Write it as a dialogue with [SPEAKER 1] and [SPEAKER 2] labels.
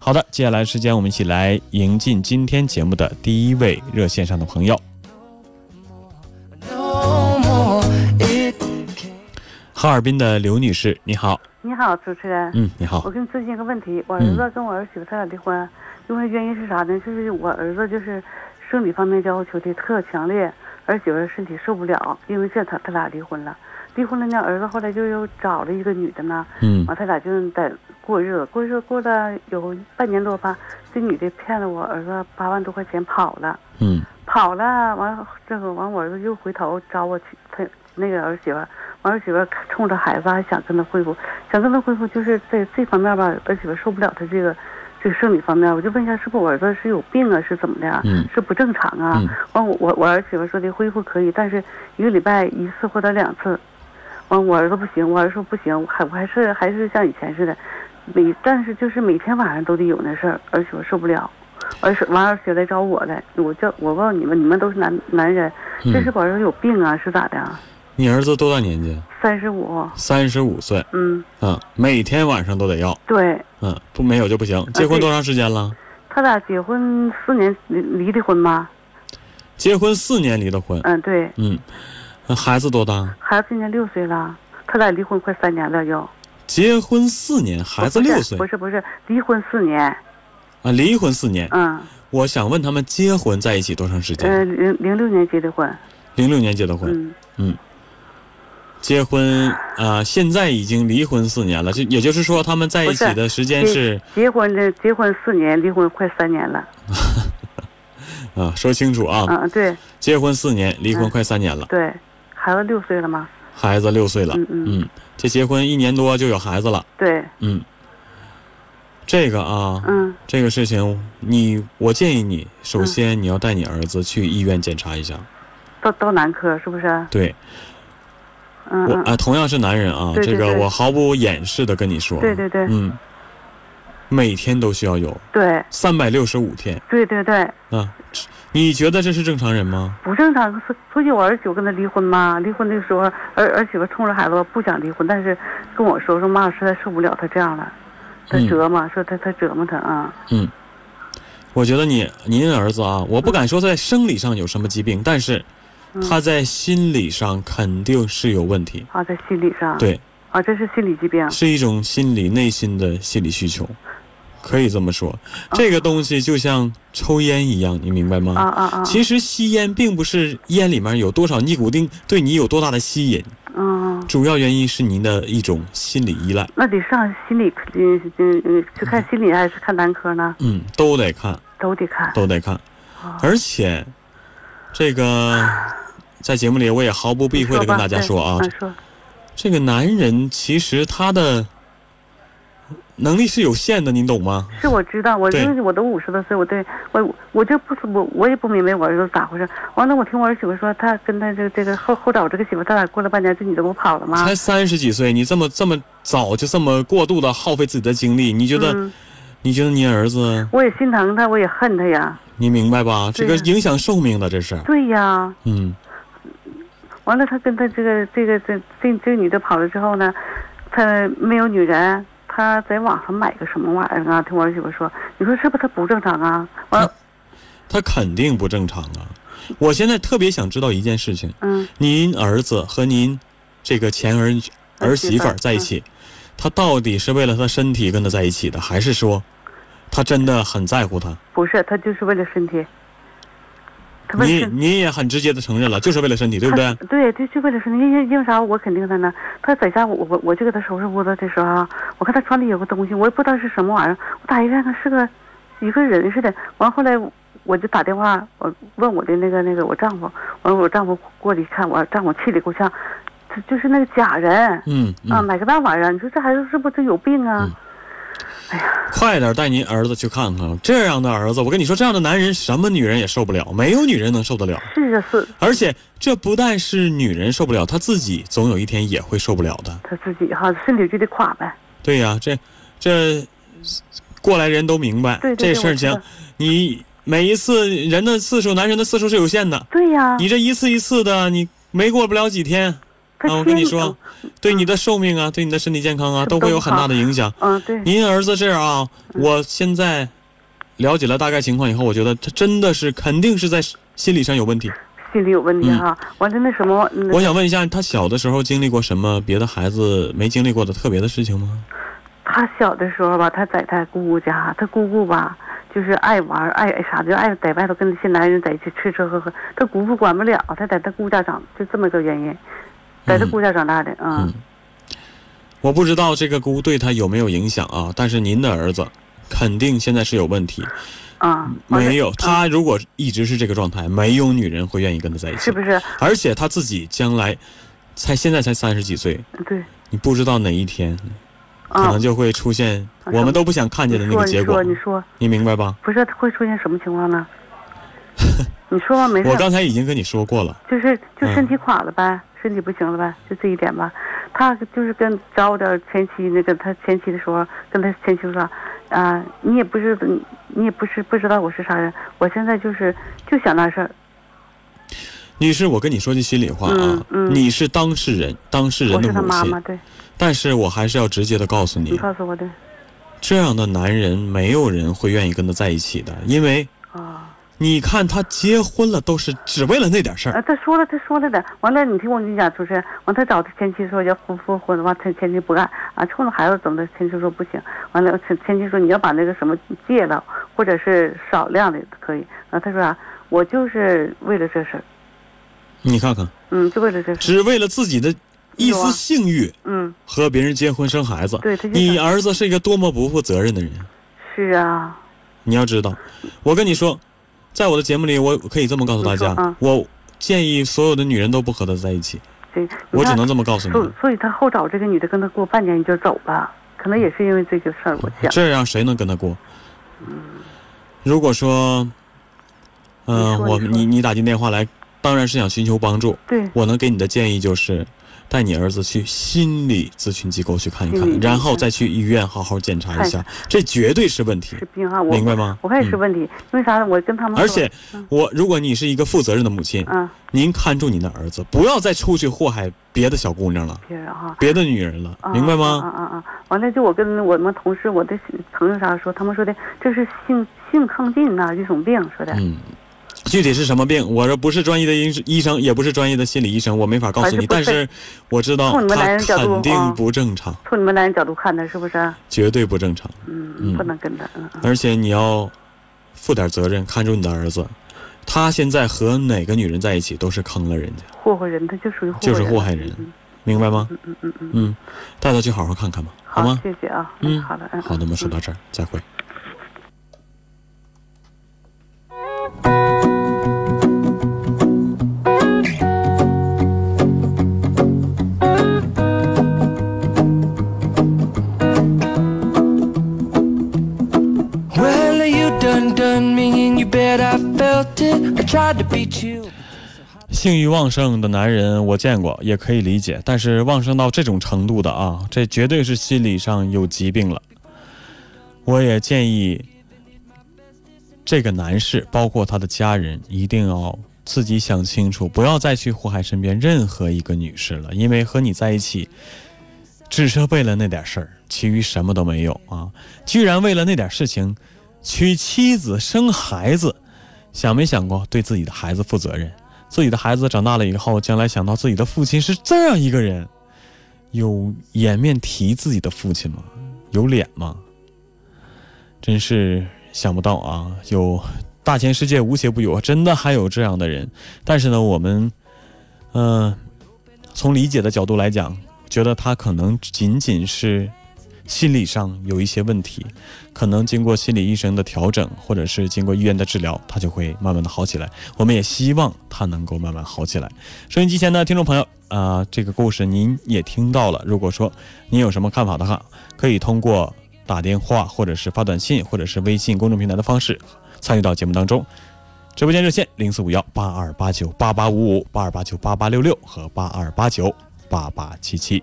[SPEAKER 1] 好的，接下来时间我们一起来迎进今天节目的第一位热线上的朋友。哈尔滨的刘女士，你好。
[SPEAKER 2] 你好，主持人。
[SPEAKER 1] 嗯，你好
[SPEAKER 2] 我。跟你咨询个问题，我儿子跟我儿媳妇他俩离婚，离婚原因是啥呢？就是我儿子就是生理方面要求的特强烈，儿媳妇身体受不了，因为这他他俩离婚了。离婚了呢，儿子后来就又找了一个女的呢，
[SPEAKER 1] 嗯
[SPEAKER 2] 完他俩就在过日子，过日子过了有半年多吧，这女的骗了我儿子八万多块钱跑了，
[SPEAKER 1] 嗯
[SPEAKER 2] 跑了完这个完我儿子又回头找我去他那个儿媳妇儿，完儿媳妇儿冲着孩子还想跟他恢复，想跟他恢复就是在这方面吧，儿媳妇儿受不了他这个这个生理方面，我就问一下是不是我儿子是有病啊，是怎么的、啊？
[SPEAKER 1] 嗯
[SPEAKER 2] 是不正常啊
[SPEAKER 1] 嗯？
[SPEAKER 2] 完我我我儿媳妇说的恢复可以，但是一个礼拜一次或者两次。完我儿子不行，我儿子说不行，我还我还是还是像以前似的，每但是就是每天晚上都得有那事儿，儿媳妇受不了。儿媳完儿媳妇来找我来，我叫我问问你们，你们都是男男人，这是
[SPEAKER 1] 嗯，
[SPEAKER 2] 我儿子有病啊，是咋的、啊？
[SPEAKER 1] 你儿子多大年纪？
[SPEAKER 2] 三十五，
[SPEAKER 1] 三十五岁。
[SPEAKER 2] 嗯，
[SPEAKER 1] 嗯，每天晚上都得要。
[SPEAKER 2] 对
[SPEAKER 1] 嗯，不没有就不
[SPEAKER 2] 啊
[SPEAKER 1] 行。结婚多长时间了？
[SPEAKER 2] 他俩结婚四年离离的婚吗？
[SPEAKER 1] 结婚四年离的婚。
[SPEAKER 2] 嗯，对，
[SPEAKER 1] 嗯，那孩子多大？
[SPEAKER 2] 孩子今年六岁了，他俩离婚快三年了又。
[SPEAKER 1] 结婚四年，孩子
[SPEAKER 2] 不是
[SPEAKER 1] 六岁
[SPEAKER 2] 不是不是，离婚四年，
[SPEAKER 1] 啊，离婚四年。
[SPEAKER 2] 嗯，
[SPEAKER 1] 我想问他们结婚在一起多长时
[SPEAKER 2] 呃，
[SPEAKER 1] 间？
[SPEAKER 2] 零零六年结的婚，
[SPEAKER 1] 零六年结的婚，
[SPEAKER 2] 嗯，
[SPEAKER 1] 结婚啊、呃现在已经离婚四年了，就也就是说他们在一起的时间是
[SPEAKER 2] 结婚的结婚四年，离婚快三年了，
[SPEAKER 1] 啊，说清楚啊，
[SPEAKER 2] 嗯，对
[SPEAKER 1] 结婚四年，离婚
[SPEAKER 2] 嗯
[SPEAKER 1] 快三年了，
[SPEAKER 2] 对，孩子六岁了吗？
[SPEAKER 1] 孩子六岁了，
[SPEAKER 2] 嗯嗯
[SPEAKER 1] 嗯，这结婚一年多就有孩子了，
[SPEAKER 2] 对，
[SPEAKER 1] 嗯，这个啊，
[SPEAKER 2] 嗯，
[SPEAKER 1] 这个事情你，我建议你首
[SPEAKER 2] 嗯
[SPEAKER 1] 先你要带你儿子去医院检查一下，
[SPEAKER 2] 到到男科是不是？
[SPEAKER 1] 对
[SPEAKER 2] 嗯
[SPEAKER 1] 我
[SPEAKER 2] 嗯，
[SPEAKER 1] 啊，同样是男人啊，
[SPEAKER 2] 对
[SPEAKER 1] 这
[SPEAKER 2] 对
[SPEAKER 1] 个
[SPEAKER 2] 对
[SPEAKER 1] 我毫不掩饰的跟你说，
[SPEAKER 2] 对对对
[SPEAKER 1] 嗯，每天都需要有
[SPEAKER 2] 对
[SPEAKER 1] 三百六十五天
[SPEAKER 2] 对对对，
[SPEAKER 1] 啊，这你觉得这是正常人吗？
[SPEAKER 2] 不正常。所所以我儿媳妇跟他离婚嘛，离婚的时候，儿儿媳妇冲着孩子不想离婚，但是跟我说说妈，我实在受不了他这样了，他
[SPEAKER 1] 嗯
[SPEAKER 2] 折磨，说他他折磨他啊、
[SPEAKER 1] 我觉得你您儿子啊，我不敢说在生理上有什么疾病，但是
[SPEAKER 2] 嗯
[SPEAKER 1] 他在心理上肯定是有问题，
[SPEAKER 2] 啊，在心理上，
[SPEAKER 1] 对，
[SPEAKER 2] 啊，这是心理疾病，
[SPEAKER 1] 是一种心理内心的心理需求，可以这么说，这个东西就像抽烟一样，你明白
[SPEAKER 2] 啊
[SPEAKER 1] 吗？
[SPEAKER 2] 啊啊，
[SPEAKER 1] 其实吸烟并不是烟里面有多少尼古丁对你有多大的吸引，
[SPEAKER 2] 嗯，
[SPEAKER 1] 主要原因是您的一种心理依赖。
[SPEAKER 2] 那得上心理科，嗯嗯嗯，去看心理还是看男科呢？
[SPEAKER 1] 嗯，都得看，
[SPEAKER 2] 都得看。
[SPEAKER 1] 都得看，
[SPEAKER 2] 啊
[SPEAKER 1] 而且这个在节目里我也毫不避讳的
[SPEAKER 2] 你吧
[SPEAKER 1] 跟大家
[SPEAKER 2] 对
[SPEAKER 1] 说啊，
[SPEAKER 2] 嗯，说，
[SPEAKER 1] 这个男人其实他的能力是有限的，您懂吗？
[SPEAKER 2] 是我知道，我
[SPEAKER 1] 对
[SPEAKER 2] 就是我都五十多岁，我对我我这不是我我也不明白我儿子咋回事。完了，我听我儿媳妇说，他跟他这个这个后后找这个媳妇，他俩过了半年，这女的不跑了吗？
[SPEAKER 1] 才三十几岁，你这么这么早就这么过度的耗费自己的精力，你觉得、
[SPEAKER 2] 嗯，
[SPEAKER 1] 你觉得你儿子，
[SPEAKER 2] 我也心疼他，我也恨他呀。
[SPEAKER 1] 你明白吧？这个
[SPEAKER 2] 对呀
[SPEAKER 1] 影响寿命的，这是，
[SPEAKER 2] 对呀，
[SPEAKER 1] 嗯。
[SPEAKER 2] 完了，他跟他这个这个这这这女的跑了之后呢，他没有女人，他在网上买个什么玩意儿啊？听我儿媳妇说，你说是不是他不正常啊？完
[SPEAKER 1] 嗯
[SPEAKER 2] 了，
[SPEAKER 1] 他肯定不正常啊！我现在特别想知道一件事情：
[SPEAKER 2] 嗯，
[SPEAKER 1] 您儿子和您这个前儿儿
[SPEAKER 2] 儿
[SPEAKER 1] 媳
[SPEAKER 2] 媳妇
[SPEAKER 1] 妇
[SPEAKER 2] 儿
[SPEAKER 1] 儿在一
[SPEAKER 2] 嗯
[SPEAKER 1] 起，他到底是为了他身体跟他在一起的，还是说他真的很在乎他？
[SPEAKER 2] 不是，他就是为了身体，他啊为了
[SPEAKER 1] 你
[SPEAKER 2] 身
[SPEAKER 1] 你也很直接的承认了，就是为了身体，对不对？
[SPEAKER 2] 他对，就就为了身体，因为因为啥？我肯定他呢。他在家我，我我我就给他收拾屋子的时候啊，我看他穿的有个东西，我也不知道是什么玩意儿，我打一看看是个一个人似的。完后来我就打电话，我问我的那个那个我丈夫，完我丈夫过来一看，我丈夫气里够呛，他就是那个假人、
[SPEAKER 1] 嗯
[SPEAKER 2] 啊，
[SPEAKER 1] 嗯，
[SPEAKER 2] 买个那玩意儿，你说这孩子是不是有病啊？
[SPEAKER 1] 嗯快点带您儿子去看看，这样的儿子，我跟你说，这样的男人什么女人也受不了，没有女人能受得了。
[SPEAKER 2] 是啊，是
[SPEAKER 1] 而且这不但是女人受不了，他自己总有一天也会受不了的。
[SPEAKER 2] 他自己哈，身体就得垮呗。
[SPEAKER 1] 对呀、这这过来人都明白，
[SPEAKER 2] 对对对
[SPEAKER 1] 这事儿
[SPEAKER 2] 我知道
[SPEAKER 1] 情，你每一次人
[SPEAKER 2] 啊
[SPEAKER 1] 的次数，男人的次数是有限的，
[SPEAKER 2] 对呀、
[SPEAKER 1] 你这一次一次的，你没过不了几天，
[SPEAKER 2] 他
[SPEAKER 1] 啊，我跟你
[SPEAKER 2] 心
[SPEAKER 1] 说，对你的寿命啊，对你的身体健康啊，都会有很大的影响。
[SPEAKER 2] 嗯，对，
[SPEAKER 1] 您儿子这样啊，我现在了解了大概情况以后，我觉得他真的是肯定是在心理上有问题。
[SPEAKER 2] 心里有问题
[SPEAKER 1] 嗯
[SPEAKER 2] 哈。完了那什么，嗯
[SPEAKER 1] 我想问一下，他小的时候经历过什么别的孩子没经历过的特别的事情吗？
[SPEAKER 2] 他小的时候吧，他在他姑姑家，他姑姑吧，就是爱玩爱爱啥，就爱在外头跟那些男人在一起吃吃喝喝。他姑父管不了，他在他姑家长，就这么个原因，在他
[SPEAKER 1] 嗯
[SPEAKER 2] 姑家长大的。嗯，
[SPEAKER 1] 嗯我不知道这个姑对他有没有影响啊，但是您的儿子肯定现在是有问题。
[SPEAKER 2] 啊，完了
[SPEAKER 1] 嗯没有，他如果一直是这个状态，没有女人会愿意跟他在一起
[SPEAKER 2] 是。不是？
[SPEAKER 1] 而且他自己将来才现在才三十几岁，
[SPEAKER 2] 对，
[SPEAKER 1] 你不知道哪一天可
[SPEAKER 2] 啊
[SPEAKER 1] 能，就会出现
[SPEAKER 2] 啊
[SPEAKER 1] 我们都不想看见的
[SPEAKER 2] 你
[SPEAKER 1] 那
[SPEAKER 2] 说
[SPEAKER 1] 个结
[SPEAKER 2] 你
[SPEAKER 1] 果
[SPEAKER 2] 说，你说，
[SPEAKER 1] 你明白吧？
[SPEAKER 2] 不是会出现什么情 况呢？你说吧，没事
[SPEAKER 1] 我
[SPEAKER 2] 儿，
[SPEAKER 1] 刚才已经跟你说过了，
[SPEAKER 2] 就是就
[SPEAKER 1] 嗯
[SPEAKER 2] 身体垮了呗，身体不行了呗，就这一点吧。他就是跟找我点前妻那个他前妻的时候，跟他前妻说，啊、你也不是你也不是不知道我是啥人，我现在就是就想那事儿，
[SPEAKER 1] 女士，我跟你说句心里话啊
[SPEAKER 2] 嗯，嗯
[SPEAKER 1] 你是当事人，当事人
[SPEAKER 2] 我
[SPEAKER 1] 的
[SPEAKER 2] 是
[SPEAKER 1] 母
[SPEAKER 2] 他妈
[SPEAKER 1] 亲
[SPEAKER 2] 妈，，对
[SPEAKER 1] 但是我还是要直接的告诉
[SPEAKER 2] 你
[SPEAKER 1] 你，
[SPEAKER 2] 告诉我的
[SPEAKER 1] 这样的男人没有人会愿意跟他在一起的，因为
[SPEAKER 2] 啊
[SPEAKER 1] 你看他结婚了都是只为了那点事儿，
[SPEAKER 2] 啊，他说了他说了的，完了你听我跟你讲，主持人，完他找他前妻说要复复婚，完他前妻不干啊，冲着孩子怎么的，前妻说不行，完了前前妻说你要把那个什么戒了，或者是少量的可以，啊，他说啊，我就是为了这事儿。
[SPEAKER 1] 你看看，
[SPEAKER 2] 嗯，就为了这事。
[SPEAKER 1] 只为了自己的一
[SPEAKER 2] 有啊
[SPEAKER 1] 丝性欲
[SPEAKER 2] 嗯，
[SPEAKER 1] 和别人结婚生孩子，
[SPEAKER 2] 对，他就
[SPEAKER 1] 你
[SPEAKER 2] 想
[SPEAKER 1] 儿子是一个多么不负责任的人。
[SPEAKER 2] 是啊，
[SPEAKER 1] 你要知道，我跟你说，在我的节目里，我可以这么告诉大家
[SPEAKER 2] 你说，啊
[SPEAKER 1] 我建议所有的女人都不和他在一起，
[SPEAKER 2] 对，
[SPEAKER 1] 我只
[SPEAKER 2] 你看
[SPEAKER 1] 能这么告诉
[SPEAKER 2] 所以
[SPEAKER 1] 你。
[SPEAKER 2] 所以他后找这个女的跟他过半年就走了，可能也是因为这个事儿，我想。
[SPEAKER 1] 这样谁能跟他过？
[SPEAKER 2] 嗯
[SPEAKER 1] 如果说，
[SPEAKER 2] 你
[SPEAKER 1] 嗯、
[SPEAKER 2] 说
[SPEAKER 1] 我
[SPEAKER 2] 你说
[SPEAKER 1] 你你打进电话来，当然是想寻求帮助。
[SPEAKER 2] 对，
[SPEAKER 1] 我能给你的建议就是，带你儿子去心理咨询机构去看一
[SPEAKER 2] 心理
[SPEAKER 1] 看，
[SPEAKER 2] 咨询
[SPEAKER 1] 然后再去医院好好检查一下，这绝对是问题
[SPEAKER 2] 是，病啊，我
[SPEAKER 1] 明白吗？
[SPEAKER 2] 我看也是
[SPEAKER 1] 嗯
[SPEAKER 2] 问题，因为啥呢？我跟他们说
[SPEAKER 1] 而且，我如果你是一个负责任的母亲，
[SPEAKER 2] 嗯，
[SPEAKER 1] 您看住您的儿子，不要再出去祸害别的小姑娘了，
[SPEAKER 2] 别人哈。
[SPEAKER 1] 别的女人了，
[SPEAKER 2] 啊
[SPEAKER 1] 明白
[SPEAKER 2] 啊
[SPEAKER 1] 吗？
[SPEAKER 2] 啊啊！完了，就我跟我们同事、我的朋友啥说，他们说的这是性性亢进呐、一种病，说的。
[SPEAKER 1] 嗯，具体是什么病，我这不是专业的医医生，也不是专业的心理医生，我没法告诉你。但
[SPEAKER 2] 还是不
[SPEAKER 1] 是我知道
[SPEAKER 2] 从你们男
[SPEAKER 1] 他
[SPEAKER 2] 人角度
[SPEAKER 1] 肯
[SPEAKER 2] 嗯
[SPEAKER 1] 定不正常，
[SPEAKER 2] 从你们男人角度看他是不是？啊
[SPEAKER 1] 绝对不正常。
[SPEAKER 2] 嗯，
[SPEAKER 1] 嗯
[SPEAKER 2] 不能跟他，嗯嗯，
[SPEAKER 1] 而且你要负点责任，看住你的儿子。他现在和哪个女人在一起都是坑了人家，
[SPEAKER 2] 祸祸人，他就属于祸
[SPEAKER 1] 就
[SPEAKER 2] 人，
[SPEAKER 1] 是祸害人
[SPEAKER 2] 嗯
[SPEAKER 1] 明白吗？
[SPEAKER 2] 嗯嗯嗯嗯，
[SPEAKER 1] 嗯，带他去好好看看吧，好吗？
[SPEAKER 2] 谢谢啊，
[SPEAKER 1] 嗯
[SPEAKER 2] 好的，嗯，
[SPEAKER 1] 好的，我们说到这儿，再会。
[SPEAKER 3] Well, you done done me, and you bet I felt it. I tried to beat you.
[SPEAKER 1] 性欲旺盛的男人我见过，也可以理解，但是旺盛到这种程度的啊，这绝对是心理上有疾病了。我也建议这个男士，包括他的家人，一定要自己想清楚，不要再去祸害身边任何一个女士了，因为和你在一起，只是为了那点事儿，其余什么都没有啊！居然为了那点事情娶妻子生孩子，想没想过对自己的孩子负责任？自己的孩子长大了以后，将来想到自己的父亲是这样一个人，有颜面提自己的父亲吗？有脸吗？真是想不到啊！有大千世界无邪不有，真的还有这样的人。但是呢，我们，嗯、从理解的角度来讲，觉得他可能仅仅是心理上有一些问题，可能经过心理医生的调整，或者是经过医院的治疗，他就会慢慢的好起来。我们也希望他能够慢慢好起来。收音机前的听众朋友啊、这个故事您也听到了。如果说您有什么看法的话，可以通过打电话，或者是发短信，或者是微信公众平台的方式参与到节目当中。直播间热线零四五幺八二八九八八五五八二八九八八六六和八二八九八八七七。